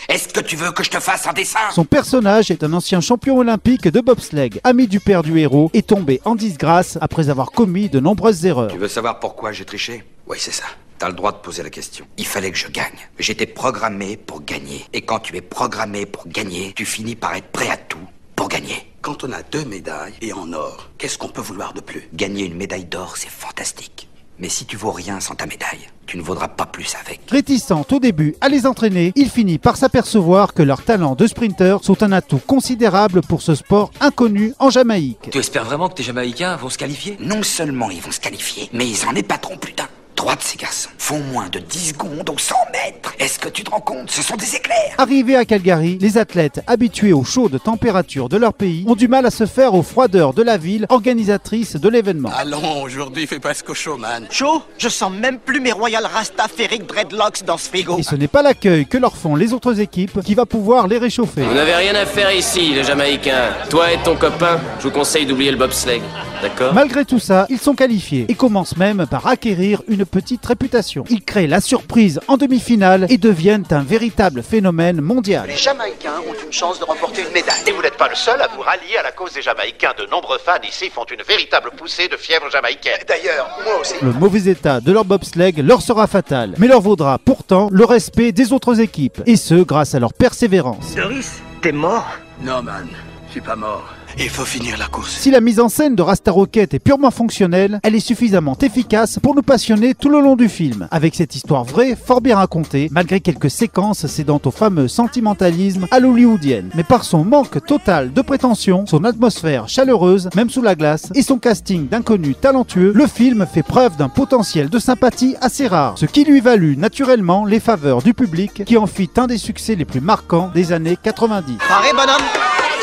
Est-ce que tu veux que je te fasse un dessin Son personnage est un ancien champion olympique de bobsleigh, ami du père du héros, et tombé en disgrâce après avoir commis de nombreuses erreurs. Tu veux savoir pourquoi j'ai triché Oui, c'est ça. T'as le droit de poser la question. Il fallait que je gagne. J'étais programmé pour gagner. Et quand tu es programmé pour gagner, tu finis par être prêt à tout pour gagner. Quand on a deux médailles et en or, qu'est-ce qu'on peut vouloir de plus Gagner une médaille d'or, c'est fantastique. Mais si tu vaux rien sans ta médaille, tu ne vaudras pas plus avec. Réticente au début à les entraîner, il finit par s'apercevoir que leurs talents de sprinter sont un atout considérable pour ce sport inconnu en Jamaïque. Tu espères vraiment que tes Jamaïcains vont se qualifier Non seulement ils vont se qualifier, mais ils en épateront plus d'un. Trois de ces garçons font moins de 10 secondes aux 100 mètres. Est-ce que tu te rends compte Ce sont des éclairs Arrivés à Calgary, les athlètes habitués aux chaudes températures de leur pays ont du mal à se faire aux froideurs de la ville organisatrice de l'événement. Allons, aujourd'hui, fais pas ce cochon, man. Chaud Je sens même plus mes Royal Rastaféric Dreadlocks dans ce frigo. Et ce n'est pas l'accueil que leur font les autres équipes qui va pouvoir les réchauffer. Vous n'avez rien à faire ici, les Jamaïcains. Toi et ton copain, je vous conseille d'oublier le bobsleigh. D'accord Malgré tout ça, ils sont qualifiés et commencent même par acquérir une petite réputation. Ils créent la surprise en demi-finale et deviennent un véritable phénomène mondial. Les Jamaïcains ont une chance de remporter une médaille. Et vous n'êtes pas le seul à vous rallier à la cause des Jamaïcains. De nombreux fans ici font une véritable poussée de fièvre jamaïcaine. D'ailleurs, moi aussi. Le mauvais état de leur bobsleigh leur sera fatal, mais leur vaudra pourtant le respect des autres équipes, et ce grâce à leur persévérance. Doris, t'es mort Non, man, je suis pas mort. Il faut finir la course. Si la mise en scène de Rasta Rocket est purement fonctionnelle, elle est suffisamment efficace pour nous passionner tout le long du film, avec cette histoire vraie, fort bien racontée, malgré quelques séquences cédant au fameux sentimentalisme à l'hollywoodienne. Mais par son manque total de prétention, son atmosphère chaleureuse, même sous la glace, et son casting d'inconnus talentueux, le film fait preuve d'un potentiel de sympathie assez rare, ce qui lui valut naturellement les faveurs du public qui en fit un des succès les plus marquants des années 90. Paré, bonhomme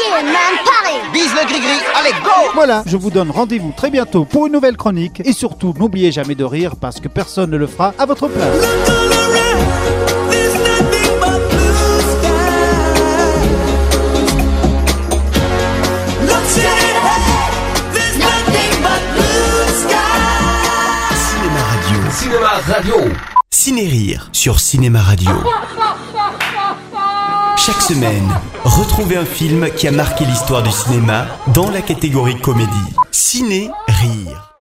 Yeah, man, paré Bise le gris-gris, allez, go Voilà, je vous donne rendez-vous très bientôt pour une nouvelle chronique et surtout n'oubliez jamais de rire parce que personne ne le fera à votre place. Cinéma Radio. Cinéma Radio. Ciné-Rire sur Cinéma Radio. Chaque semaine, retrouvez un film qui a marqué l'histoire du cinéma dans la catégorie comédie. Ciné-Rire.